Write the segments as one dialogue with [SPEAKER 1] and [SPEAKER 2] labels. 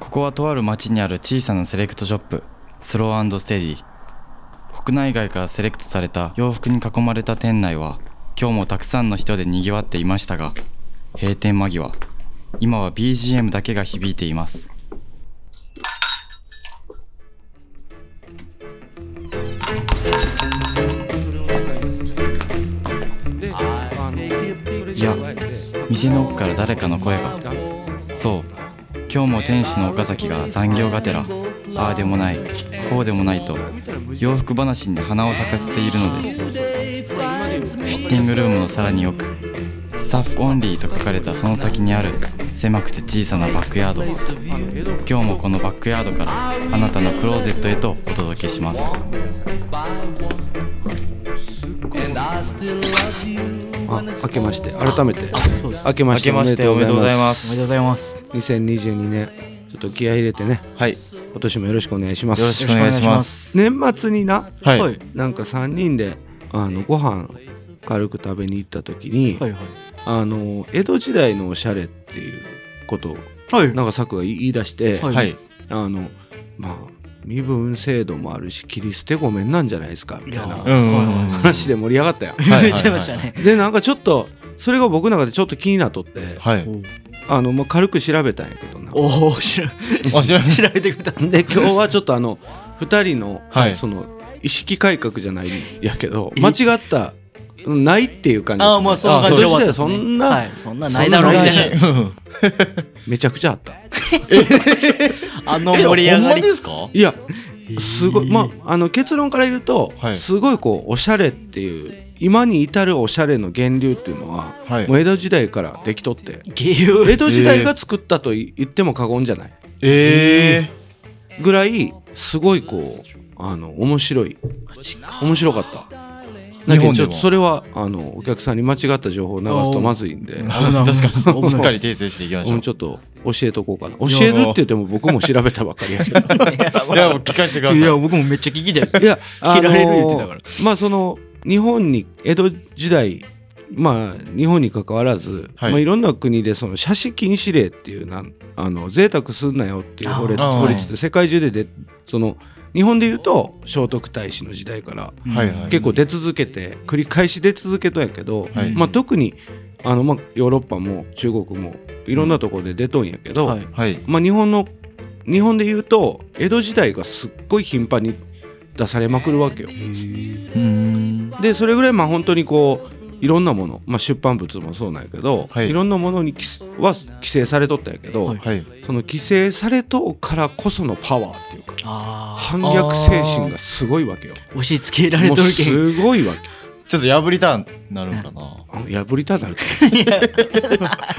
[SPEAKER 1] こはとある町にある小さなセレクトショップスローステディ国内外からセレクトされた洋服に囲まれた店内は今日もたくさんの人でにぎわっていましたが閉店間際今は BGM だけが響いています
[SPEAKER 2] で、あの、それ
[SPEAKER 1] いや店の奥から誰かの声が
[SPEAKER 2] ダメ
[SPEAKER 1] そう今日も天使の岡崎が残業がてらああでもないこうでもないと洋服話に花を咲かせているのですフィッティングルームのさらに奥スタッフオンリーと書かれたその先にある狭くて小さなバックヤード今日もこのバックヤードからあなたのクローゼットへとお届けします
[SPEAKER 3] And I still love you.
[SPEAKER 4] あ明けまして改めて
[SPEAKER 3] そうです
[SPEAKER 4] 明けましておめでとうございます
[SPEAKER 1] お
[SPEAKER 5] おめでとうございます。
[SPEAKER 4] 2022年ちょっと気合い入れてね
[SPEAKER 1] はいよ
[SPEAKER 4] 今年もよろしくお願いしま
[SPEAKER 1] ろ
[SPEAKER 4] す
[SPEAKER 1] しくお願いします
[SPEAKER 4] 年末にな、
[SPEAKER 1] はい
[SPEAKER 5] はい
[SPEAKER 4] なんか3人であのご飯軽く食べに行った時に、
[SPEAKER 5] はいは
[SPEAKER 4] あの江戸時代のおしゃれっていうことを
[SPEAKER 5] い。はい。
[SPEAKER 4] なんか作が言い出して、
[SPEAKER 5] はい
[SPEAKER 1] はい
[SPEAKER 4] あのまあ身分制度もあるし切り捨てごめんなんじゃないですかみたいな
[SPEAKER 1] うんうんうん
[SPEAKER 4] 話で盛り上がったよ
[SPEAKER 1] はい
[SPEAKER 5] 言っちゃいましたね。
[SPEAKER 4] でなんかちょっとそれが僕の中でちょっと気になっとって
[SPEAKER 1] はい
[SPEAKER 4] あの、まあ、軽く調べたんやけどな
[SPEAKER 5] おお、知ら、
[SPEAKER 1] あ知らない
[SPEAKER 5] 調べてくれた。
[SPEAKER 4] で今日はちょっとあの2人の、
[SPEAKER 1] はい
[SPEAKER 4] その意識改革じゃないやけど間違ったうんないっていう感じだった
[SPEAKER 5] ああ、まあ、そんな感じで
[SPEAKER 4] あ
[SPEAKER 5] 終
[SPEAKER 4] 女子
[SPEAKER 5] わった
[SPEAKER 4] で
[SPEAKER 5] です
[SPEAKER 4] そ
[SPEAKER 5] ね。
[SPEAKER 4] んな、
[SPEAKER 5] はい、そんなないだろうみたいな。
[SPEAKER 4] めちゃくちゃあった
[SPEAKER 5] あの盛り上がり。
[SPEAKER 1] すか
[SPEAKER 4] いやすごいまああの結論から言うと、
[SPEAKER 1] はい
[SPEAKER 4] すごいこうおしゃれっていう今に至るおしゃれの源流っていうのは、
[SPEAKER 1] はい
[SPEAKER 4] もう江戸時代からできとって
[SPEAKER 5] 理由。
[SPEAKER 4] 江戸時代が作ったとい言っても過言じゃない
[SPEAKER 1] ええ
[SPEAKER 4] ぐらいすごいこうあの面白い面白かった。だけ
[SPEAKER 1] 日
[SPEAKER 4] ど
[SPEAKER 1] 本
[SPEAKER 4] ち
[SPEAKER 1] で
[SPEAKER 4] ょ
[SPEAKER 1] も
[SPEAKER 4] っとそれはあのお客さんに間違った情報を流すとまずいんで
[SPEAKER 5] 危ない
[SPEAKER 1] 確かにしっかり
[SPEAKER 5] 危
[SPEAKER 1] 訂正していきましょ
[SPEAKER 4] も
[SPEAKER 1] う
[SPEAKER 4] うちょっと教えとこうかな教えるって言っても僕も調べたばっかりやけど
[SPEAKER 1] じゃあ聞かせてく
[SPEAKER 5] な
[SPEAKER 1] だ
[SPEAKER 5] い
[SPEAKER 1] さ
[SPEAKER 5] い
[SPEAKER 1] い
[SPEAKER 5] や、僕もめっちゃ聞きたいです。
[SPEAKER 4] いや、あの
[SPEAKER 5] 切られる言ってたから
[SPEAKER 4] まあその日本に江戸時代まあ日本に関わらず、
[SPEAKER 1] はい
[SPEAKER 4] いまあ、いろんな国でその写真禁止令っていうなんあの贅沢すんなよっていう法律
[SPEAKER 1] あー
[SPEAKER 4] 法律って世界中ででその日本で言うと聖徳太子の時代から
[SPEAKER 1] はいはい
[SPEAKER 4] 結構出続けて繰り返し出続けとんやけど、
[SPEAKER 1] はい
[SPEAKER 4] まあ、特にあの、まあ、ヨーロッパも中国もいろんなところで出とんやけど、
[SPEAKER 5] はい。
[SPEAKER 1] はい
[SPEAKER 4] まあ、日本の日本で言うと江戸時代がすっごい頻繁に出されまくるわけよ。
[SPEAKER 1] うん
[SPEAKER 4] でそれぐらいまあ本当にこういろんなもの、まあ、出版物もそうなんやけど、
[SPEAKER 1] はい
[SPEAKER 4] い、ろんなものに規制は規制されとったんやけど、
[SPEAKER 5] はい
[SPEAKER 1] はい
[SPEAKER 4] その規制されとうからこそのパワーっていうか
[SPEAKER 5] ああ。
[SPEAKER 4] 反逆精神がすごいわけよ。
[SPEAKER 5] 押し付けられ
[SPEAKER 4] もう
[SPEAKER 5] とるけん。
[SPEAKER 4] すごいわけ。
[SPEAKER 1] ちょっと破りたんなるんかな
[SPEAKER 4] あの破りたなるから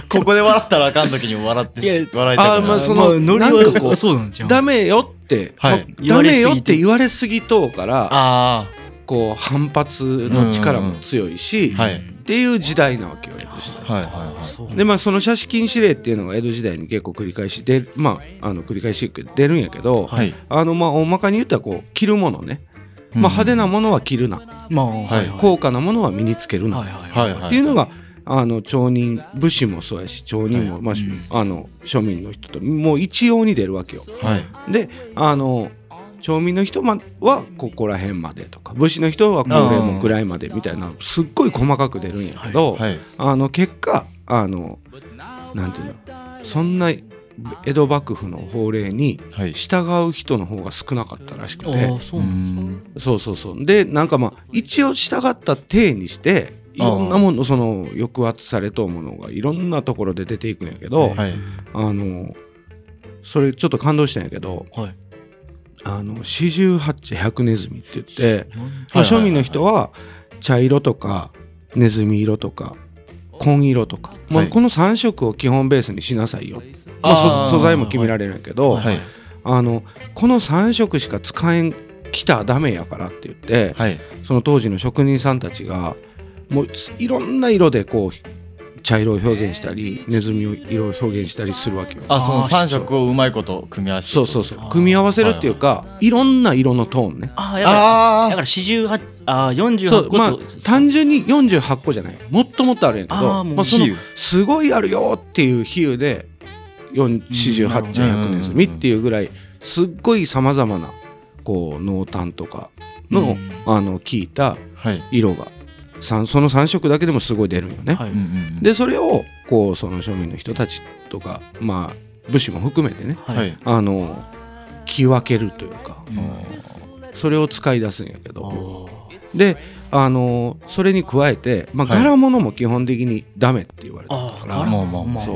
[SPEAKER 1] ここで笑ったらあかん時に笑って
[SPEAKER 5] いや
[SPEAKER 1] し笑いたくな
[SPEAKER 4] あ
[SPEAKER 1] る
[SPEAKER 4] ーまあその
[SPEAKER 5] ノリ
[SPEAKER 4] なんかこう
[SPEAKER 5] はそうなんじゃん。
[SPEAKER 4] ダメよって、
[SPEAKER 1] はい
[SPEAKER 4] まダメよって言われすぎとうから
[SPEAKER 1] あ
[SPEAKER 4] こう反発の力も強いし、
[SPEAKER 1] ーはい
[SPEAKER 4] っていう時代なわけよ江戸時代
[SPEAKER 1] はいはい
[SPEAKER 5] そう。
[SPEAKER 4] でまあその写真禁止令っていうのが江戸時代に結構繰り返し出まああの繰り返し出るんやけど、
[SPEAKER 1] はい
[SPEAKER 4] あのまあ大まかに言ったらこう着るものね、
[SPEAKER 1] うん
[SPEAKER 4] まあ、派手なものは着るな、
[SPEAKER 5] まあ、はいはい。
[SPEAKER 4] 高価なものは身につけるな、
[SPEAKER 5] はい
[SPEAKER 1] は
[SPEAKER 5] はいい
[SPEAKER 1] は
[SPEAKER 5] はい
[SPEAKER 4] っていうのがあの町人武士もそうやし町人も、まあし
[SPEAKER 5] うん
[SPEAKER 4] あの庶民の人ともう一様に出るわけよ。
[SPEAKER 1] はい
[SPEAKER 4] であの町民の人まはここら辺までとか武士の人はこれもぐらいまでみたいなすっごい細かく出るんやけど、
[SPEAKER 1] はい
[SPEAKER 4] あの結果あのなんていうのそんな江戸幕府の法令に
[SPEAKER 1] はい
[SPEAKER 4] 従う人の方が少なかったらしく
[SPEAKER 5] い。
[SPEAKER 4] て
[SPEAKER 5] ああ、そう
[SPEAKER 1] う
[SPEAKER 5] なん
[SPEAKER 1] ん
[SPEAKER 4] そうそうそうでなんかまあ一応従った体にしていろんなものその抑圧されとうものがいろんなところで出ていくんやけど、
[SPEAKER 1] はい
[SPEAKER 4] あのそれちょっと感動したんやけど
[SPEAKER 5] はい。
[SPEAKER 4] あの四十八百ネズミって言って、ま
[SPEAKER 1] は
[SPEAKER 4] あ、
[SPEAKER 1] いはいはい
[SPEAKER 4] 庶民の人は茶色とかネズミ色とか紺色とか、ま
[SPEAKER 1] は
[SPEAKER 4] あ、
[SPEAKER 1] い
[SPEAKER 4] この3色を基本ベースにしなさいよ、ま
[SPEAKER 1] あ
[SPEAKER 4] あ、
[SPEAKER 1] ー
[SPEAKER 4] そ素材も決められるんやけど、
[SPEAKER 1] はい
[SPEAKER 4] あのこの3色しか使えんきたらダメやからって言って、
[SPEAKER 1] はい
[SPEAKER 4] その当時の職人さんたちがもうついろんな色でこう茶色を表現したりネズミを色を表現したりするわけよ。
[SPEAKER 1] あその
[SPEAKER 5] あー
[SPEAKER 1] 三色をうまいこと組み合わせて
[SPEAKER 4] そうそうそう組み合わせるっていうか、いろんな色のトーンね。
[SPEAKER 5] ああ、やばい。だ
[SPEAKER 1] あ
[SPEAKER 5] から四十八、ああ、四十
[SPEAKER 4] そ
[SPEAKER 5] 八
[SPEAKER 4] う
[SPEAKER 5] 個
[SPEAKER 4] まあ
[SPEAKER 5] と
[SPEAKER 4] 単純に48個じゃないもっともっとあるんやけ
[SPEAKER 5] あ
[SPEAKER 4] ど
[SPEAKER 5] ーもう
[SPEAKER 4] まあ、その
[SPEAKER 1] 比喩
[SPEAKER 4] すごいあるよっていう比喩で48ちゃん100年住みっていうぐらいすっごいさまざまなこう濃淡とかの,、
[SPEAKER 1] うん
[SPEAKER 4] あの効いた
[SPEAKER 1] はい
[SPEAKER 4] 色がさんその3色だけでもすごい出るんよね。
[SPEAKER 5] はい
[SPEAKER 1] うんうん
[SPEAKER 4] でそれをこうその庶民の人たちとかまあ武士も含めてね
[SPEAKER 1] はいい
[SPEAKER 4] あの着分けるというか
[SPEAKER 1] うん
[SPEAKER 4] それを使い出すんやけど。
[SPEAKER 5] あー
[SPEAKER 4] であのーそれに加えて、まあ、
[SPEAKER 1] はい
[SPEAKER 4] 柄物も基本的にダメって言われてた
[SPEAKER 5] あー
[SPEAKER 4] か
[SPEAKER 5] 柄
[SPEAKER 4] ら、
[SPEAKER 5] あ
[SPEAKER 1] まあまあま
[SPEAKER 5] ま
[SPEAKER 1] あ
[SPEAKER 5] あ
[SPEAKER 4] そう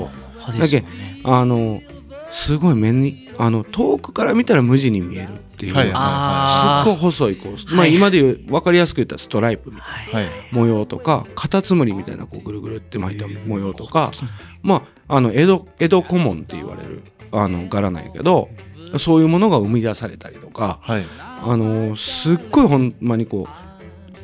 [SPEAKER 5] 派ですもんね
[SPEAKER 4] あのーすごい目にあの遠くから見たら無地に見えるっていう、
[SPEAKER 1] はい
[SPEAKER 4] すっ
[SPEAKER 5] あ
[SPEAKER 4] ごい
[SPEAKER 5] ー
[SPEAKER 4] 細いこう、まあ、
[SPEAKER 5] はい
[SPEAKER 4] 今でいう分かりやすく言ったらストライプみたい
[SPEAKER 1] はい
[SPEAKER 4] な模様とかカタツムリみたいなこうぐるぐるって巻いた模様とか、まあ、あの江戸江戸古門って言われるあの柄なんやけどそういうものが生み出されたりとか。
[SPEAKER 1] はい
[SPEAKER 4] あのーすっごいほんまにこ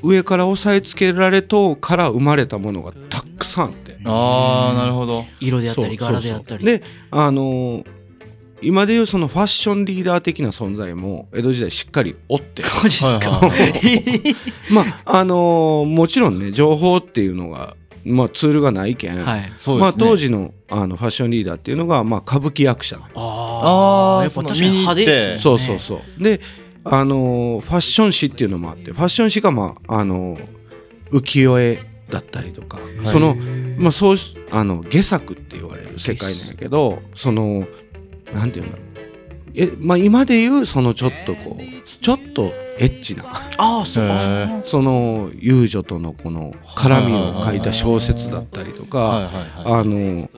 [SPEAKER 4] う上から押さえつけられとから生まれたものがたくさんあって
[SPEAKER 1] ああなるほど
[SPEAKER 5] 色であったり
[SPEAKER 4] そうそ
[SPEAKER 5] 柄
[SPEAKER 4] うそう
[SPEAKER 5] であったり
[SPEAKER 4] であのー今でいうそのファッションリーダー的な存在も江戸時代しっかりおって
[SPEAKER 5] マジっすか
[SPEAKER 1] はいはい
[SPEAKER 4] まああのーもちろんね情報っていうのが、まあ、ツールがないけん、
[SPEAKER 5] はい
[SPEAKER 1] そうで
[SPEAKER 4] まあ、
[SPEAKER 1] すね
[SPEAKER 4] 当時のあのファッションリーダーっていうのが、まあ、歌舞伎役者なんよ
[SPEAKER 5] あ
[SPEAKER 1] あー
[SPEAKER 5] あやっぱ確かに派手です
[SPEAKER 4] そ
[SPEAKER 5] よ
[SPEAKER 4] う
[SPEAKER 5] ね
[SPEAKER 4] そうそう。で、あのーファッション誌っていうのもあって、ファッション誌が、まあ、あのー浮世絵だったりとか、その、まあ、そうし、あの、下作って言われる世界なんやけど、その、なんていうんだろう。え、まあ、今で言う、そのちょっとこう、ちょっとエッチな、
[SPEAKER 5] ああそう
[SPEAKER 1] へー
[SPEAKER 5] あ
[SPEAKER 4] その遊女とのこの絡みを書いた小説だったりと
[SPEAKER 1] はい
[SPEAKER 4] か、
[SPEAKER 1] はい
[SPEAKER 4] あのー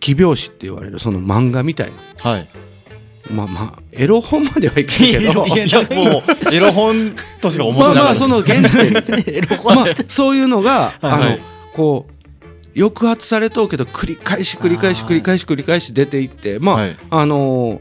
[SPEAKER 4] 奇拍子って言われるその漫画みたいな
[SPEAKER 1] はいはい
[SPEAKER 4] まあまあエロ本まではいか ないけど
[SPEAKER 5] ーいやいや
[SPEAKER 1] もうエロ本としか思って
[SPEAKER 4] ま
[SPEAKER 1] な
[SPEAKER 4] あま
[SPEAKER 1] かった
[SPEAKER 4] あ
[SPEAKER 1] です
[SPEAKER 4] その原点みたいな
[SPEAKER 5] エロ本
[SPEAKER 4] まあそういうのがあ
[SPEAKER 1] は
[SPEAKER 4] の
[SPEAKER 1] い
[SPEAKER 4] こう抑圧されとうけど繰り返し繰り返し
[SPEAKER 5] あー
[SPEAKER 4] 繰り返し繰り返し出ていってまあ、
[SPEAKER 1] はい
[SPEAKER 4] あのー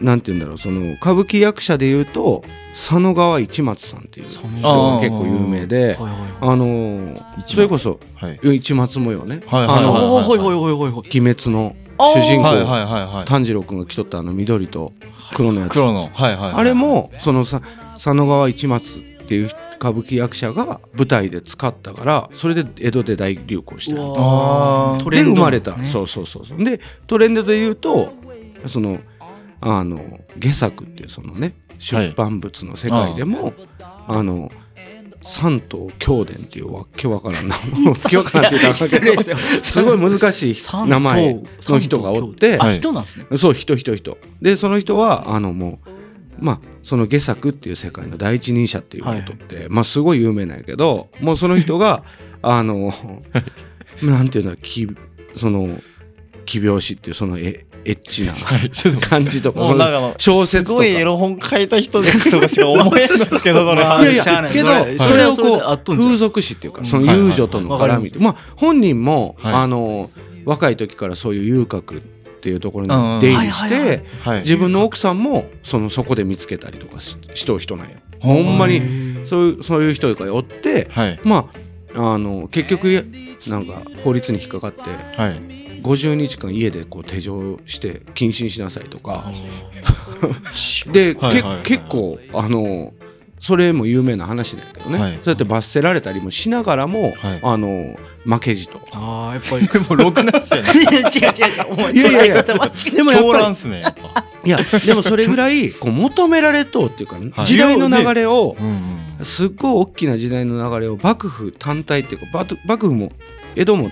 [SPEAKER 4] なんて言うんだろうその歌舞伎役者で言うと佐野川市松さんっていう人
[SPEAKER 5] 佐野
[SPEAKER 4] が
[SPEAKER 1] 川
[SPEAKER 4] 結構有名で
[SPEAKER 5] はいはいはい
[SPEAKER 4] あのー
[SPEAKER 1] 松
[SPEAKER 4] それこそ
[SPEAKER 1] はい
[SPEAKER 4] 市松模様ね、
[SPEAKER 1] はいはい
[SPEAKER 4] あ
[SPEAKER 5] あ
[SPEAKER 4] の
[SPEAKER 5] ー
[SPEAKER 1] はい
[SPEAKER 5] はいはいはいはいはい
[SPEAKER 4] 鬼滅の主人公、
[SPEAKER 1] はいはいはいはい
[SPEAKER 4] 炭治郎君が着とったあの緑と黒のやつ
[SPEAKER 1] 黒のはいはいはい
[SPEAKER 4] あれもそのさ佐野川市松っていう歌舞伎役者が舞台で使ったからそれで江戸で大流行した
[SPEAKER 5] うわ
[SPEAKER 1] あー
[SPEAKER 5] ト
[SPEAKER 4] で
[SPEAKER 5] レンド
[SPEAKER 4] 生まれた、
[SPEAKER 5] ね
[SPEAKER 4] そうそうそうそうでトレンドで言うとそのあの下作っていうそのね出版物の世界でも、あの三島教伝っていうわっけわからんな わけわからんって言ったらあかん
[SPEAKER 5] 失
[SPEAKER 4] け
[SPEAKER 5] 礼
[SPEAKER 4] ど
[SPEAKER 5] ですよ
[SPEAKER 4] すごい難しい名前の人がおって
[SPEAKER 5] あ
[SPEAKER 1] はい
[SPEAKER 5] 人なんですね
[SPEAKER 4] そう人人人でその人はあのもうまあその下作っていう世界の第一人者っていうことって、まあすごい有名なんやけどもうその人 があのなんていうのきその奇拍子っていうそのエエッチな
[SPEAKER 1] はいちょっと
[SPEAKER 4] 感じと か
[SPEAKER 1] も
[SPEAKER 4] そうの
[SPEAKER 1] なんかあの
[SPEAKER 4] 小説と
[SPEAKER 1] す
[SPEAKER 4] か
[SPEAKER 1] ごいエロ本書いた人とかしか思えんのですけ どそれ
[SPEAKER 5] まあ
[SPEAKER 1] はい
[SPEAKER 4] いや
[SPEAKER 5] しゃあない
[SPEAKER 4] けど
[SPEAKER 5] それ
[SPEAKER 4] それを
[SPEAKER 5] それはそれ
[SPEAKER 4] こ
[SPEAKER 5] であっと
[SPEAKER 4] うん
[SPEAKER 5] じゃん
[SPEAKER 4] 風俗詩っていうかその遊女との絡みってまあ本人も
[SPEAKER 1] はい
[SPEAKER 4] あの若い時からそういう遊郭っていうところに出入りし
[SPEAKER 5] うんうんはいはい
[SPEAKER 4] て
[SPEAKER 1] はい
[SPEAKER 4] 自分の奥さんもそのそこで見つけたりとかししとう人なんよほんまにそういうそういう人がおって
[SPEAKER 1] はい
[SPEAKER 4] まああの結局なんか法律に引っかかって
[SPEAKER 1] はい
[SPEAKER 4] 50日間家でこう手錠して謹慎しなさいとか で、
[SPEAKER 1] はいはいはい
[SPEAKER 4] け結構あのそれも有名な話だけどね、
[SPEAKER 1] はい
[SPEAKER 4] そうやって罰せられたりもしながらも、
[SPEAKER 1] はい
[SPEAKER 4] あの負けじと。
[SPEAKER 5] ああやっぱり
[SPEAKER 1] もうろくな やつやない
[SPEAKER 5] や違う違う違うお前
[SPEAKER 4] いやい やいや
[SPEAKER 5] 捉え方間違え
[SPEAKER 4] でもやっ
[SPEAKER 1] 狂
[SPEAKER 4] ぱ
[SPEAKER 1] 乱
[SPEAKER 4] り
[SPEAKER 1] っすねやっ ぱ
[SPEAKER 4] いやでもそれぐらいこう求められとうっていうか、
[SPEAKER 1] はい
[SPEAKER 4] 時代の流れを、
[SPEAKER 1] うんうん
[SPEAKER 4] すっごい大きな時代の流れを幕府単体っていうか幕幕府も江戸も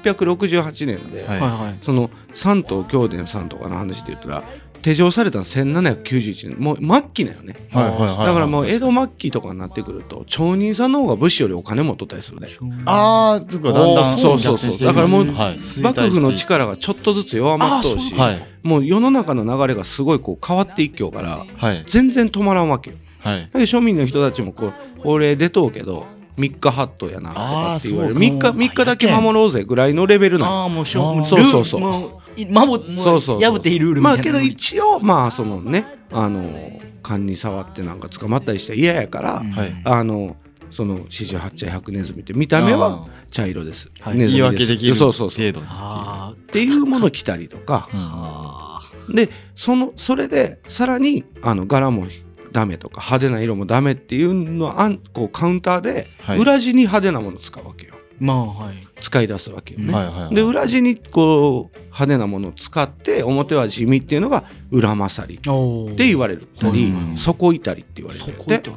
[SPEAKER 4] 1868年で、
[SPEAKER 1] はい
[SPEAKER 5] たはいはい
[SPEAKER 4] その三島教伝さんとかの話で言ったら手錠されたの1791年もう末期だよね、
[SPEAKER 1] はいはいはいはい
[SPEAKER 4] だからもう江戸末期とかになってくると町人さんの方が武士よりお金も取ったりするね
[SPEAKER 1] ああとかだんだ
[SPEAKER 4] おー
[SPEAKER 1] ん
[SPEAKER 4] そうそうそう
[SPEAKER 1] 逆転していく
[SPEAKER 4] だからもう
[SPEAKER 1] はい衰退していく
[SPEAKER 4] 幕府の力がちょっとずつ弱まっとうし
[SPEAKER 1] はい
[SPEAKER 4] もう世の中の流れがすごいこう変わっていっきょうから
[SPEAKER 1] はい
[SPEAKER 4] 全然止まらんわけよ
[SPEAKER 1] はい
[SPEAKER 4] だけど庶民の人たちもこう法令出とうけど3日ハットやなとかって言われる
[SPEAKER 1] あー
[SPEAKER 4] 3
[SPEAKER 1] そう
[SPEAKER 4] 日
[SPEAKER 1] か
[SPEAKER 4] 三日だけ守ろうぜぐらいのレベルなの
[SPEAKER 5] ああもうしょ
[SPEAKER 1] あー
[SPEAKER 4] そうそうそう
[SPEAKER 5] もういまぼもう
[SPEAKER 4] そうそうそう
[SPEAKER 5] 破っているルールみ
[SPEAKER 4] ま
[SPEAKER 5] たい
[SPEAKER 4] あけ
[SPEAKER 5] な
[SPEAKER 4] ど一応まあそのねあの勘に触ってなんか捕まったりしたら嫌やから、
[SPEAKER 1] はい
[SPEAKER 4] あのその四十八茶百ネズミって見た目は茶色です、
[SPEAKER 5] はい
[SPEAKER 4] ネズミ
[SPEAKER 1] 言い訳できる
[SPEAKER 4] そ
[SPEAKER 1] 程
[SPEAKER 4] う
[SPEAKER 1] 度
[SPEAKER 4] そう
[SPEAKER 1] に
[SPEAKER 4] そうっ
[SPEAKER 5] あー
[SPEAKER 4] ていうもの着たりとか
[SPEAKER 5] あ
[SPEAKER 4] でそのそれでさらにあの柄もダメとか派手な色もダメっていうのあんこうカウンターで
[SPEAKER 1] はい
[SPEAKER 4] 裏地に派手なもの使うわけよ、
[SPEAKER 5] ーまあはい、
[SPEAKER 4] 使い出すわけよね。
[SPEAKER 5] はいはいはい
[SPEAKER 4] で裏地にこう派手なものを使って表は地味っていうのが裏勝りっ
[SPEAKER 5] お
[SPEAKER 4] て言われたり
[SPEAKER 1] うん
[SPEAKER 4] 底至りって言われて
[SPEAKER 5] そ
[SPEAKER 4] る
[SPEAKER 5] こ
[SPEAKER 4] で
[SPEAKER 5] と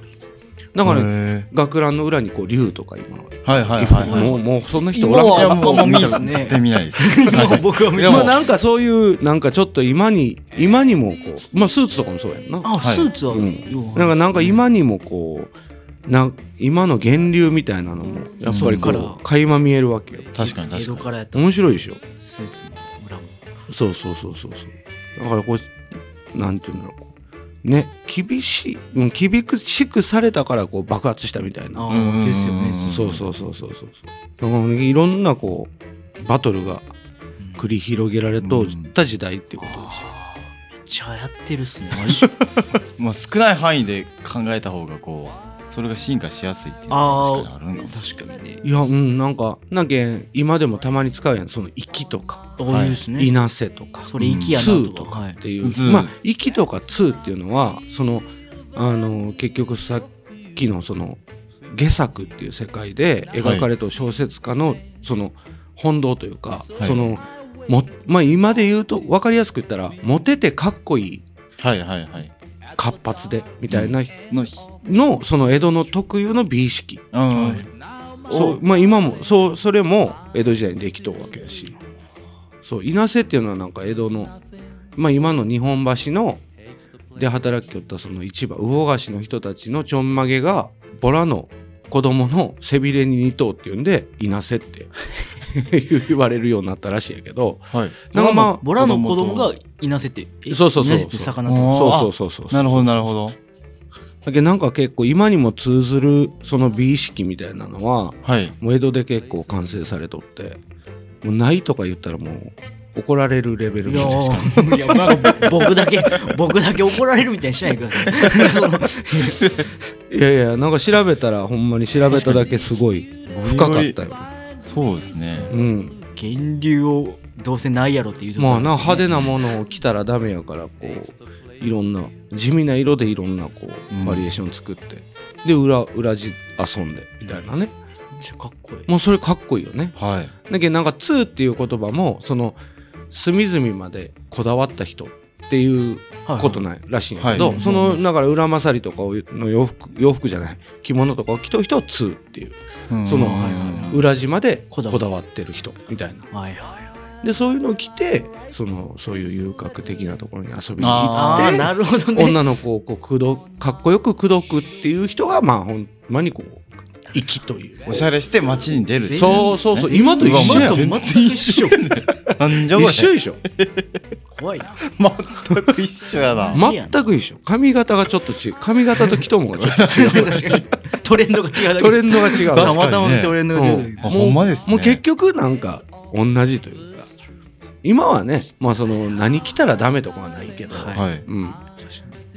[SPEAKER 4] だからね
[SPEAKER 1] へ
[SPEAKER 4] 学ランの裏にこう竜とか今
[SPEAKER 1] ーはいはいはいはい
[SPEAKER 4] もうもうそんな人おらん
[SPEAKER 5] 今
[SPEAKER 1] い
[SPEAKER 4] か
[SPEAKER 5] は
[SPEAKER 1] や もう
[SPEAKER 5] あんま
[SPEAKER 1] 見
[SPEAKER 5] 見
[SPEAKER 1] た
[SPEAKER 5] ないですね
[SPEAKER 1] 絶対見ない です。
[SPEAKER 5] 今 僕は見
[SPEAKER 4] い
[SPEAKER 5] て
[SPEAKER 4] や
[SPEAKER 5] も
[SPEAKER 4] まあなんかそういうなんかちょっと今に今にもこうまあスーツとかもそうやんな
[SPEAKER 5] あ、
[SPEAKER 1] はい
[SPEAKER 5] スーツは、
[SPEAKER 4] うん
[SPEAKER 5] 要は
[SPEAKER 4] なんかなんか今にもこうな今の源流みたいなのもやっぱりこ
[SPEAKER 5] そっか
[SPEAKER 4] う垣間見えるわけよ
[SPEAKER 1] 確かに
[SPEAKER 5] 江戸
[SPEAKER 1] 確か
[SPEAKER 5] か
[SPEAKER 1] に。
[SPEAKER 5] らやった
[SPEAKER 4] 面白いでしょ
[SPEAKER 5] スーツも裏も
[SPEAKER 4] そうそうそうそうそうだからこうなんていうんだろうこうね厳しい、うん、厳しくされたからこう爆発したみたいな
[SPEAKER 5] あ
[SPEAKER 1] うんうんうん
[SPEAKER 5] ーですよね
[SPEAKER 4] そうそうそうそうそうそうだからねいろんなこうバトルが繰り広げられとった時代ってことですよ
[SPEAKER 5] めっちゃやってるっ すね
[SPEAKER 1] まあ少ない範囲で考えた方がこうそれが進化しやすいっていうの
[SPEAKER 5] あ
[SPEAKER 1] は
[SPEAKER 5] ー
[SPEAKER 1] 確かにあるんかもし
[SPEAKER 5] 確かにね
[SPEAKER 4] いやうんなんかなんけん今でもたまに使うやんその「息」とか
[SPEAKER 5] ああいうです
[SPEAKER 4] 「
[SPEAKER 5] ね、
[SPEAKER 4] いなせ」とか
[SPEAKER 5] それ
[SPEAKER 4] 「
[SPEAKER 5] 息や
[SPEAKER 4] つ
[SPEAKER 5] な
[SPEAKER 4] う」
[SPEAKER 5] と
[SPEAKER 4] と
[SPEAKER 5] か、
[SPEAKER 4] か
[SPEAKER 5] は
[SPEAKER 4] っ
[SPEAKER 5] い
[SPEAKER 4] てい
[SPEAKER 1] はいう
[SPEAKER 4] まあ「息」とか「つう」っていうのはそのあの結局さっきのその「下作」っていう世界で描かれた小説家のその本堂というか、
[SPEAKER 1] はい
[SPEAKER 4] そのもまあ今で言うと分かりやすく言ったらモテてかっこいい
[SPEAKER 1] れない。はいはいはい。
[SPEAKER 4] 活発でみたいな
[SPEAKER 1] のひ
[SPEAKER 4] のその江戸の特有の美意識
[SPEAKER 1] うん
[SPEAKER 4] そうまあ今もそうそれも江戸時代にできとうわけやしそう稲瀬っていうのはなんか江戸の、まあ、今の日本橋ので働きよったその市場魚河岸の人たちのちょんまげがボラの子供の背びれに似とうっていうんで稲瀬って 言われるようになったらしいやけど
[SPEAKER 1] はい。
[SPEAKER 4] なんかま
[SPEAKER 5] ボラの子供がいなせてえ
[SPEAKER 4] そうそうそう
[SPEAKER 5] いなせて魚って
[SPEAKER 4] あ
[SPEAKER 1] お
[SPEAKER 5] こ
[SPEAKER 1] ー
[SPEAKER 4] そうそうそうそう
[SPEAKER 1] なるほどなるほど。
[SPEAKER 4] だけどなんか結構今にも通ずるその美意識みたいなのは
[SPEAKER 1] はい。
[SPEAKER 4] もう江戸で結構完成されとってもうないとか言ったらもう怒られるレベ
[SPEAKER 5] と
[SPEAKER 4] ル
[SPEAKER 5] いや
[SPEAKER 4] の
[SPEAKER 5] ーいやなんか僕だけ僕だけ怒られるみたいにしないでくださいその
[SPEAKER 4] いやいやなんか調べたらほんまに調べただけすごい深かったよ、
[SPEAKER 1] そうですね。
[SPEAKER 4] うん、
[SPEAKER 5] 源流をどうせないやろっていうとこ
[SPEAKER 4] まあ
[SPEAKER 5] ろ
[SPEAKER 4] な
[SPEAKER 5] ですね
[SPEAKER 4] 派手なものを着たらダメやからこういろんな地味な色でいろんなこ
[SPEAKER 1] うん
[SPEAKER 4] うバリエーション作って、で裏裏地遊んでみたいなね
[SPEAKER 5] めっちゃかっこいい
[SPEAKER 4] もうそれかっこいいよね
[SPEAKER 1] はい。
[SPEAKER 4] だけどなんか「通」っていう言葉もその隅々までこだわった人っていうことないらしいんやけど、
[SPEAKER 1] はい
[SPEAKER 4] そのだから裏勝りとかの洋服洋服じゃない着物とかを着とる人は通っていう
[SPEAKER 1] うん
[SPEAKER 4] その
[SPEAKER 1] はいはいはい
[SPEAKER 4] 裏地までこ
[SPEAKER 5] こだわ
[SPEAKER 4] だわってる人みたいな
[SPEAKER 5] はいはいはい
[SPEAKER 4] でそういうのを着てそのそういう遊郭的なところに遊びに
[SPEAKER 1] あ
[SPEAKER 5] ああ
[SPEAKER 4] 行
[SPEAKER 5] ー
[SPEAKER 4] っ
[SPEAKER 5] なるほど
[SPEAKER 4] て
[SPEAKER 5] ね
[SPEAKER 4] 女の子をこう口説かっこよく口説くっていう人がまあほんまにこう粋という
[SPEAKER 1] おしゃれして街に出るってい
[SPEAKER 4] そうそうそう今と一緒やん
[SPEAKER 1] 全然一緒。なんじゃこ
[SPEAKER 4] 一
[SPEAKER 1] れ。
[SPEAKER 4] 緒でしょ
[SPEAKER 5] 怖いな
[SPEAKER 1] 全く一緒やな。
[SPEAKER 4] 全く一緒髪型がちょっと違う髪型と着ともがちょっ と違う
[SPEAKER 5] 確かにトレンドが違うだけ
[SPEAKER 4] トレンドが違う
[SPEAKER 5] た
[SPEAKER 1] 確か
[SPEAKER 5] ま
[SPEAKER 1] にね
[SPEAKER 5] たまのトレンドが違うだけ
[SPEAKER 4] うん
[SPEAKER 5] です
[SPEAKER 1] あほんまですね
[SPEAKER 4] もう結局なんか同じというか今はねまあその何着たらダメとかはないけど、
[SPEAKER 5] はい
[SPEAKER 1] はい。
[SPEAKER 4] うん、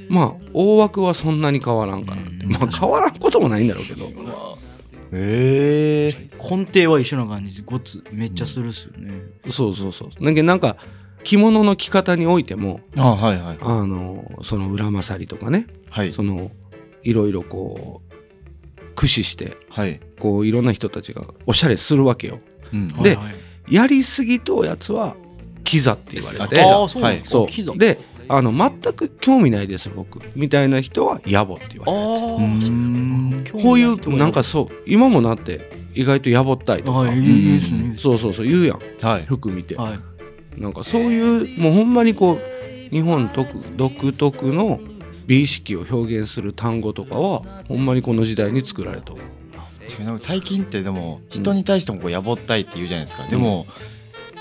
[SPEAKER 4] まあ大枠はそんなに変わらんかなってまあ変わらんこともないんだろうけど
[SPEAKER 1] ええ。
[SPEAKER 5] 根底は一緒な感じでごつめっちゃするっすよね、
[SPEAKER 4] そうそうそうなんかなんか着物の着方においても
[SPEAKER 1] あはいはい
[SPEAKER 4] あのその裏勝りとかね
[SPEAKER 1] はい
[SPEAKER 4] そのいろいろこう駆使して
[SPEAKER 1] はい。
[SPEAKER 4] こういろんな人たちがおしゃれするわけよ
[SPEAKER 1] うん
[SPEAKER 4] で
[SPEAKER 5] はいはい
[SPEAKER 4] やりすぎとうやつはキザって言われて
[SPEAKER 1] で
[SPEAKER 5] ああそうなんですか、
[SPEAKER 4] そ
[SPEAKER 5] キザ
[SPEAKER 4] うであの全く興味ないです僕みたいな人は野暮って言わ
[SPEAKER 5] あ
[SPEAKER 4] れる
[SPEAKER 5] あ、
[SPEAKER 1] うーん
[SPEAKER 4] こういうなんかそう今もなって意外と野暮ったいとか、
[SPEAKER 5] はいいいですね、
[SPEAKER 4] そうそうそう言うやん
[SPEAKER 1] はい。
[SPEAKER 4] 服見て、
[SPEAKER 5] はい
[SPEAKER 4] なんかそういうもうほんまにこう日本独独特の美意識を表現する単語とかはほんまにこの時代に作られた
[SPEAKER 1] 確かになんか最近ってでも人に対してもこうやぼったいって言うじゃないですか、でも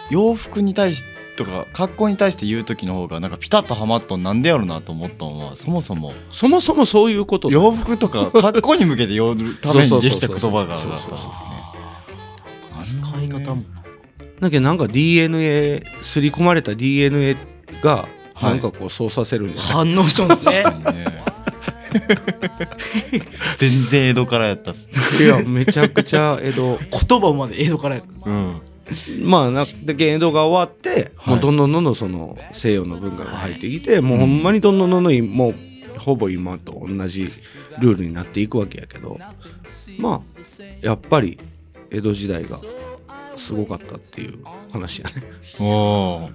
[SPEAKER 1] 洋服に対しとか格好に対して言う時の方がなんかピタッとはまっとんなんでやろなと思ったのはそもそも
[SPEAKER 4] そもそもそういうこと
[SPEAKER 1] 洋服とか格好に向けて言うためにできた言葉があっ
[SPEAKER 4] そうそうそ
[SPEAKER 1] たん
[SPEAKER 4] うそう
[SPEAKER 1] ですね。
[SPEAKER 5] 使い方も
[SPEAKER 4] だけどなんか DNA 刷り込まれた DNA が
[SPEAKER 1] はい
[SPEAKER 4] なんかこうそうさせるんじゃない
[SPEAKER 5] 反応したんですね
[SPEAKER 1] ね 全然江戸からやったっすね。
[SPEAKER 4] いやめちゃくちゃ江戸
[SPEAKER 5] 言葉まで江戸からやった
[SPEAKER 1] うん、
[SPEAKER 4] まあなで芸能が終わって、
[SPEAKER 1] はい
[SPEAKER 4] もうどんどんどんどんその西洋の文化が入ってきて、もうほんまにどんどんどんどんいもうほぼ今と同じルールになっていくわけやけどまあやっぱり江戸時代がすごかったっていう話やね
[SPEAKER 1] おお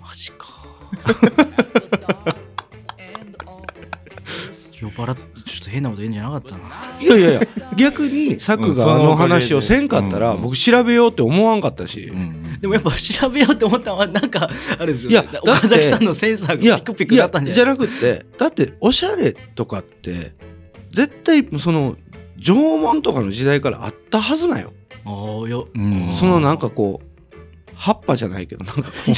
[SPEAKER 5] マジ か。酔っ払ってちょっと変なこと言うんじゃなかったな。
[SPEAKER 4] いやいやいや逆に作があの話をせんかった
[SPEAKER 1] うん
[SPEAKER 4] ら
[SPEAKER 1] うん
[SPEAKER 4] 僕調べようって思わんかったし、
[SPEAKER 1] うん
[SPEAKER 5] でもやっぱ調べようって思ったのはなんかあれですよ、ね。
[SPEAKER 4] いやだって
[SPEAKER 5] 岡崎さんのセンサー
[SPEAKER 4] いや
[SPEAKER 5] がピクピクだったんじゃな
[SPEAKER 4] い
[SPEAKER 5] い
[SPEAKER 4] やじゃなくてだっておしゃれとかって絶対その縄文とかの時代からあったはずなんよ、
[SPEAKER 5] ああよ。
[SPEAKER 1] うん
[SPEAKER 4] そのなんかこう葉っぱじゃないけどなんかこう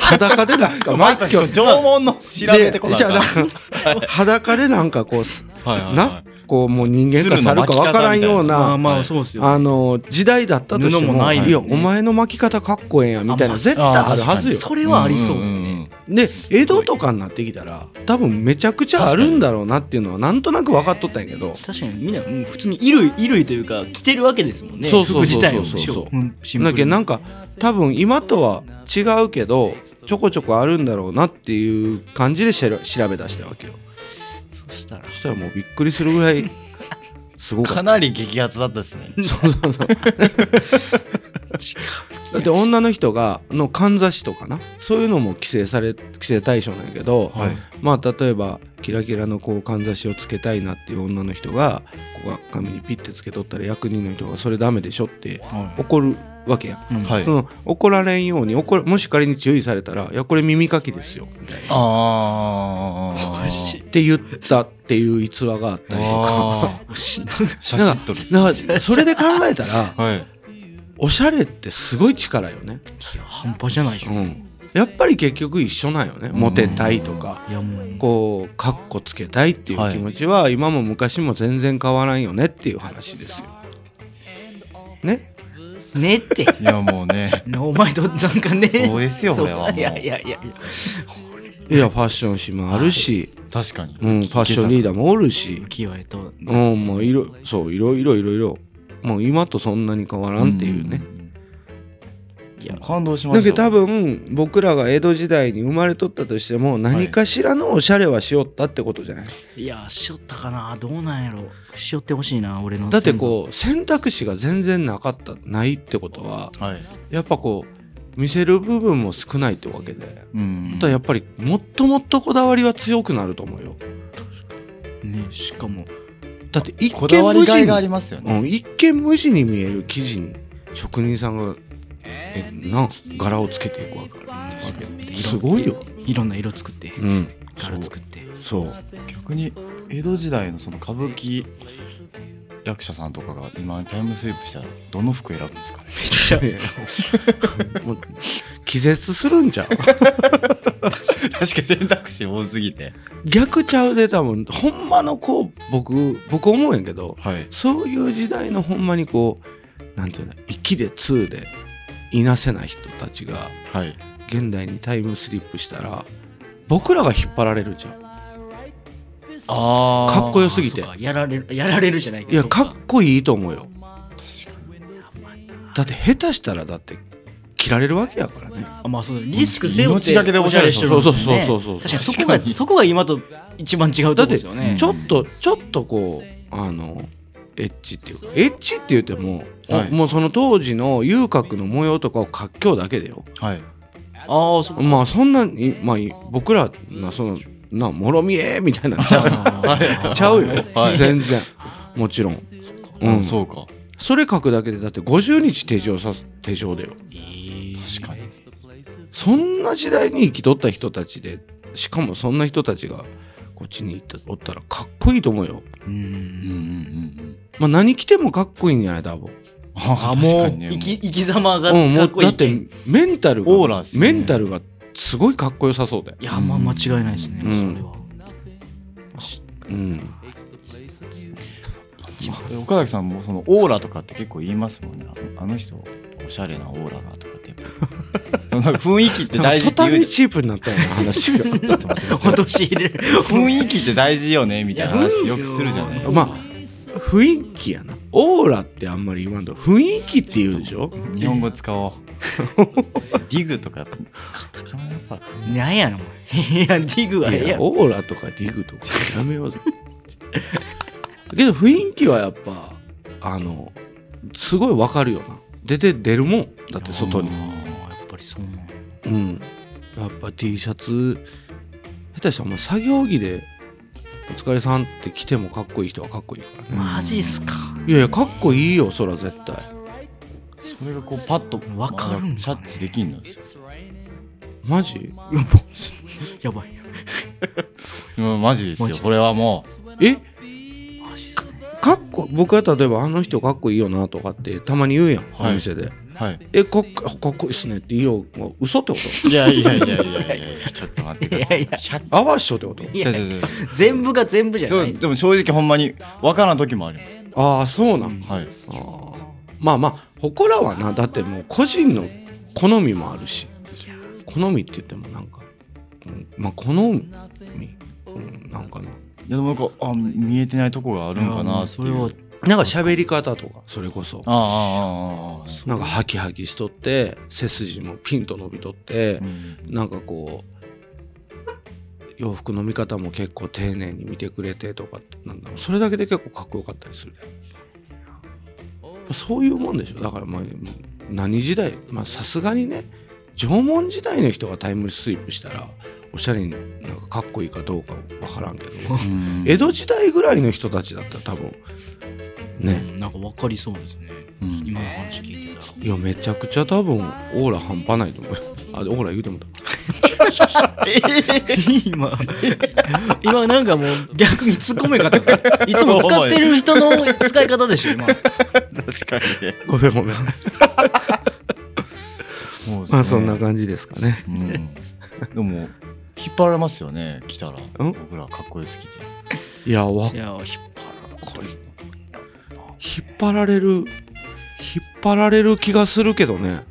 [SPEAKER 4] 裸でなんかマッキョ
[SPEAKER 1] 縄文の調べてこな
[SPEAKER 4] でじ
[SPEAKER 1] か
[SPEAKER 4] ゃあ
[SPEAKER 1] った
[SPEAKER 4] なんか裸でなんかこうす
[SPEAKER 1] はいはいはい
[SPEAKER 4] なこうもう人間か猿かわからんよう
[SPEAKER 5] まあ
[SPEAKER 4] な
[SPEAKER 5] まあそうですよ。
[SPEAKER 4] あの時代だったとしても
[SPEAKER 5] 布もない
[SPEAKER 4] いやお前の巻き方かっこええやんみたい
[SPEAKER 5] あ
[SPEAKER 4] な
[SPEAKER 5] まあ
[SPEAKER 4] 絶対あるはずよ
[SPEAKER 5] それはありそうですね。
[SPEAKER 1] んん
[SPEAKER 4] で
[SPEAKER 1] ん
[SPEAKER 5] ごい
[SPEAKER 4] 江戸とかになってきたら多分めちゃくちゃあるんだろうなっていうのはなんとなく分かっとったんやけど
[SPEAKER 5] 確かにみんなもう普通に衣類衣類というか着てるわけですもんね。
[SPEAKER 4] そうそうそうそう
[SPEAKER 5] 服自体を
[SPEAKER 4] そうそうそう
[SPEAKER 5] うんシンプ
[SPEAKER 4] だ
[SPEAKER 5] ル
[SPEAKER 4] け
[SPEAKER 5] に
[SPEAKER 4] どなんか多分今とは違うけどちょこちょこあるんだろうなっていう感じでしら調べ出したわけよ
[SPEAKER 5] そしたら
[SPEAKER 4] そしたらもうびっくりするぐら いすごか
[SPEAKER 1] か
[SPEAKER 4] っ
[SPEAKER 1] なり激アツだったですね
[SPEAKER 4] たそうそうそうだって女の人がのかんざしとかなそういうのも規制され規制対象なんやけど、
[SPEAKER 1] はい
[SPEAKER 4] まあ例えばキラキラのこうかんざしをつけたいなっていう女の人がここ髪にピッてつけとったら役人の人がそれダメでしょって
[SPEAKER 5] は
[SPEAKER 4] 怒るわけやん、
[SPEAKER 5] いうん
[SPEAKER 1] はい
[SPEAKER 4] その怒られんように怒るもし仮に注意されたら「いやこれ耳かきですよ」みたいな
[SPEAKER 1] あ
[SPEAKER 5] マジ
[SPEAKER 4] って言ったっていう逸話があったりとか。
[SPEAKER 1] あー写
[SPEAKER 4] だ
[SPEAKER 1] 真
[SPEAKER 4] か
[SPEAKER 1] 撮
[SPEAKER 4] ら
[SPEAKER 1] るっす
[SPEAKER 4] だからそれで考えたら
[SPEAKER 1] はい
[SPEAKER 4] おしゃれってすごい力よね、
[SPEAKER 5] 半端じゃないです
[SPEAKER 4] う
[SPEAKER 5] ね。
[SPEAKER 4] ん、やっぱり結局一緒なんよねモテたいとか
[SPEAKER 5] いやもう
[SPEAKER 4] こうカッコつけたいっていう気持ちは今も昔も全然変わらんよねっていう話ですよ。ね
[SPEAKER 5] ねって。
[SPEAKER 1] いやもうね
[SPEAKER 5] お前となんかね。
[SPEAKER 1] そうですよ
[SPEAKER 5] そ
[SPEAKER 1] 俺はもう
[SPEAKER 5] いやいやいやいや。
[SPEAKER 4] いやファッション誌もあるし、
[SPEAKER 1] 確かに
[SPEAKER 4] うん、ファッションリーダーもおるし
[SPEAKER 5] 浮、世絵と
[SPEAKER 4] うん、もういろそういろいろいろいろもう今とそんなに変わらんっていうね。
[SPEAKER 1] いや感動しま
[SPEAKER 4] だ
[SPEAKER 1] し
[SPEAKER 4] けど
[SPEAKER 1] た
[SPEAKER 4] 多分僕らが江戸時代に生まれとったとしても何かしらのおしゃれはしよったってことじゃない、
[SPEAKER 5] いやしよったかなどうなんやろしよってほしいな俺の
[SPEAKER 4] だってこう選択肢が全然なかったないってことは
[SPEAKER 1] はい
[SPEAKER 4] やっぱこう見せる部分も少ないってわけで。
[SPEAKER 1] うん
[SPEAKER 4] ただやっぱりもっともっとこだわりは強くなると思うよ
[SPEAKER 5] うねしかも
[SPEAKER 4] だって一
[SPEAKER 1] こだわ
[SPEAKER 4] 見
[SPEAKER 1] り
[SPEAKER 4] 無
[SPEAKER 1] が
[SPEAKER 4] 地
[SPEAKER 1] い
[SPEAKER 4] に
[SPEAKER 1] がありますよね
[SPEAKER 4] うん、一見無地に見える生地に職人さんがえな柄をつけていくわけすごいよ、
[SPEAKER 5] いろんな色作って
[SPEAKER 4] うん、
[SPEAKER 5] 柄作って
[SPEAKER 4] そう
[SPEAKER 1] 逆に江戸時代のその歌舞伎役者さんとかが今タイムスリップしたらどの服選ぶんですかね
[SPEAKER 4] もう気絶するんじゃう
[SPEAKER 1] 確かに選択肢多すぎて
[SPEAKER 4] 逆ちゃうで多分ほんまのこう僕僕思うんやけど
[SPEAKER 1] はい
[SPEAKER 4] そういう時代のほんまにこうなんていうの息で通でいなせない人たちが
[SPEAKER 1] はい
[SPEAKER 4] 現代にタイムスリップしたら僕らが引っ張られるじゃん
[SPEAKER 1] あ
[SPEAKER 4] かっこよすぎて
[SPEAKER 5] そうかやられるやられるじゃないけど
[SPEAKER 4] いや
[SPEAKER 5] そう
[SPEAKER 4] かっこいいと思うよ
[SPEAKER 1] 確かに
[SPEAKER 4] だって下手したらだって切られるわけやからね
[SPEAKER 5] あまあそうだリスクゼロ
[SPEAKER 1] 命がけでおしゃれしてる
[SPEAKER 5] おしゃれしてるんです
[SPEAKER 4] そ
[SPEAKER 5] よ
[SPEAKER 4] うそうそうそう
[SPEAKER 5] ね確かにそこが
[SPEAKER 1] 確かに
[SPEAKER 5] そこが今と一番違うとこ
[SPEAKER 4] だっ
[SPEAKER 5] で
[SPEAKER 4] て
[SPEAKER 5] すよね
[SPEAKER 4] ちょっとちょっとこうあのエッチっていうかエッチって言っても、お
[SPEAKER 1] はい
[SPEAKER 4] もうその当時の遊郭の模様とかを活況だけでよ
[SPEAKER 1] はい
[SPEAKER 5] ああそっか
[SPEAKER 4] まあそんなに、まあ、い僕らなそのなもろみえみたいなんちゃう ちゃうよ、
[SPEAKER 1] はい
[SPEAKER 4] 全然もちろんうん
[SPEAKER 1] そうか
[SPEAKER 4] それ書くだけでだって50日手錠さす手錠だよ
[SPEAKER 1] 確かに
[SPEAKER 4] そんな時代に生きとった人たちでしかもそんな人たちがこっちに行ったおったらかっこいいと思うよ、
[SPEAKER 1] うんうんうんうん
[SPEAKER 4] まあ、何着てもかっこいいんじゃない多分
[SPEAKER 1] あ
[SPEAKER 5] あ
[SPEAKER 1] ー確
[SPEAKER 5] も
[SPEAKER 1] か
[SPEAKER 5] う
[SPEAKER 1] にね
[SPEAKER 5] 生き生き様が
[SPEAKER 4] うん、も
[SPEAKER 5] かっ
[SPEAKER 4] う
[SPEAKER 5] こいい
[SPEAKER 4] だってメンタルが
[SPEAKER 1] オーラっすね
[SPEAKER 4] メンタルがすごいかっこよさそうだよ
[SPEAKER 5] い、やまあ間違いないですね
[SPEAKER 4] うん
[SPEAKER 5] それは
[SPEAKER 4] うん、
[SPEAKER 1] もう岡崎さんもそのオーラとかって結構言いますもんねあのあの人おしゃれなオーラがと かってやっぱそのなんか雰囲気って
[SPEAKER 4] なん
[SPEAKER 1] 大
[SPEAKER 4] か
[SPEAKER 1] 事
[SPEAKER 4] 途
[SPEAKER 1] って
[SPEAKER 4] 端
[SPEAKER 1] 言うで
[SPEAKER 4] に
[SPEAKER 1] しょ
[SPEAKER 4] チープになったような話が
[SPEAKER 1] ちょっ と待ってください
[SPEAKER 5] 落とし入れる
[SPEAKER 1] 雰囲気って大事よねみたいな話よくするじゃないですか。
[SPEAKER 4] まあ雰囲気やなオーラってあんまり言わんと雰囲気って言うでしょ
[SPEAKER 1] 日本語使 おう。ディグとかやっぱカタカナやっぱ
[SPEAKER 5] なんやのいやディグはいええや
[SPEAKER 4] や
[SPEAKER 5] ろ
[SPEAKER 4] オーラとかディグとかやめようぜけど雰囲気はやっぱあのすごいわかるよな出て出るもんだって外に
[SPEAKER 5] あ、ーやっぱりそうなんや
[SPEAKER 4] うん、やっぱ T シャツ下手したらもう作業着で「お疲れさん」って着てもかっこいい人はかっこいいからね
[SPEAKER 5] マジっすか
[SPEAKER 4] いやいやかっこいいよそら絶対
[SPEAKER 1] それがこうパッと
[SPEAKER 5] わかるんだね
[SPEAKER 1] まだ察知できんの
[SPEAKER 4] マジ
[SPEAKER 5] やばい
[SPEAKER 1] うんマジですよこれはも
[SPEAKER 4] え
[SPEAKER 5] マジっすね
[SPEAKER 4] かっこ僕は例えばあの人かっこいいよなとかってたまに言うやん、
[SPEAKER 1] はい
[SPEAKER 4] お店で
[SPEAKER 1] うはい
[SPEAKER 4] えかっこかっこいいっすねって言おうもう嘘ってこと
[SPEAKER 1] いやいやいやいやいやいやちょっと待って
[SPEAKER 5] い
[SPEAKER 1] くださ
[SPEAKER 5] や
[SPEAKER 1] い
[SPEAKER 5] いや
[SPEAKER 4] 合わしょってこと
[SPEAKER 5] いや
[SPEAKER 1] ちょちょちょ
[SPEAKER 5] 全部が全部じゃ
[SPEAKER 1] そ
[SPEAKER 5] な
[SPEAKER 1] う
[SPEAKER 5] い
[SPEAKER 1] でも正直ほんまにわからん時もあります
[SPEAKER 4] ああそうなん
[SPEAKER 1] はい
[SPEAKER 4] あーまあまあ祠はなだってもう個人の好みもあるし好みって言ってもなんか、うんまあ好み、うん、なんかない
[SPEAKER 1] やでもなんかあ見えてないとこがあるんか
[SPEAKER 5] いやも
[SPEAKER 1] な
[SPEAKER 5] う
[SPEAKER 1] そ
[SPEAKER 5] そ
[SPEAKER 1] れ
[SPEAKER 5] れ
[SPEAKER 1] は
[SPEAKER 5] は
[SPEAKER 4] なんか喋り方とかそれこそ
[SPEAKER 1] あああああああ
[SPEAKER 4] なんかハキハキしとって背筋もピンと伸びとって
[SPEAKER 1] うん
[SPEAKER 4] なんかこう洋服の見方も結構丁寧に見てくれてとかなんだろうそれだけで結構かっこよかったりするそういうもんでしょだからまあ何時代まあさすがにね縄文時代の人がタイムスリップしたらおしゃれになんかかっこいいかどうかわからんけど
[SPEAKER 1] うん
[SPEAKER 4] 江戸時代ぐらいの人たちだったら多分
[SPEAKER 5] う
[SPEAKER 4] ね
[SPEAKER 5] んなんかわかりそうですね
[SPEAKER 1] うん
[SPEAKER 5] 今の話聞いてたら
[SPEAKER 4] いやめちゃくちゃ多分オーラ半端ないと思うよあオーラ言うてもた
[SPEAKER 5] 今、 今なんかもう逆に突っ込めんかった ですねいつも使ってる人の使い方でしょ、今。
[SPEAKER 1] 確か
[SPEAKER 4] ごめんご めん
[SPEAKER 1] にもう
[SPEAKER 4] まあそんな感じですかね
[SPEAKER 1] うんでも引っ張られますよね来たら
[SPEAKER 4] ん
[SPEAKER 1] 僕らかっこよすぎて
[SPEAKER 4] いやわ
[SPEAKER 5] いや、引っ
[SPEAKER 4] これ引っ張られる引っ張られる気がするけどね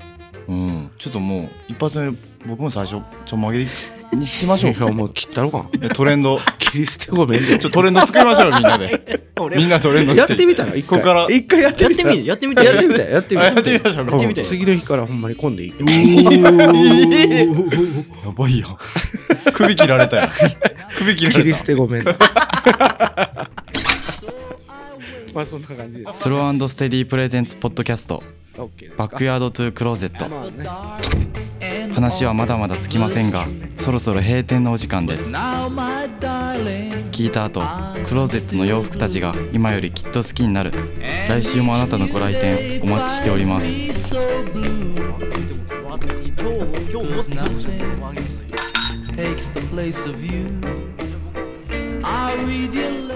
[SPEAKER 1] うんちょっともう一発目僕も最初ちょんまげにしてましょう
[SPEAKER 4] いや
[SPEAKER 1] か
[SPEAKER 4] もう切ったろか
[SPEAKER 1] いやトレンド
[SPEAKER 4] 切り捨てごめん
[SPEAKER 1] ちょっとトレンド作りましょうよみんな で
[SPEAKER 5] 張る。
[SPEAKER 1] みんなトレン ド
[SPEAKER 4] やっ
[SPEAKER 1] して
[SPEAKER 4] てみたら一
[SPEAKER 1] こ
[SPEAKER 4] 回
[SPEAKER 1] こから
[SPEAKER 4] 一回やって
[SPEAKER 5] やっ
[SPEAKER 4] み
[SPEAKER 5] て
[SPEAKER 4] た
[SPEAKER 5] み
[SPEAKER 4] ら
[SPEAKER 5] る、やってみて。
[SPEAKER 4] やってみたいやってみ
[SPEAKER 1] あ
[SPEAKER 4] た
[SPEAKER 1] や
[SPEAKER 4] い
[SPEAKER 1] ってみましょうか
[SPEAKER 5] やってみたい
[SPEAKER 4] 次の日からほんまに今度いけ
[SPEAKER 1] やばいよ首切られたよ首切ら
[SPEAKER 4] 切
[SPEAKER 1] れ
[SPEAKER 4] り
[SPEAKER 1] た
[SPEAKER 4] 捨てごめん まあそんな感じです
[SPEAKER 1] スローステディープレゼンツポッドキャスト
[SPEAKER 4] OK です
[SPEAKER 1] バックヤードトゥークローゼット
[SPEAKER 4] まあね
[SPEAKER 1] 話はまだまだつきませんがそろそろ閉店のお時間です
[SPEAKER 3] Now, my darling,
[SPEAKER 1] 聞いた後クローゼットの洋服たちが今よりきっと好きになる来週もあなたのご来店お待ちしております
[SPEAKER 3] it's so blue
[SPEAKER 5] 今日、今日、
[SPEAKER 3] takes the place of you. I read your letter.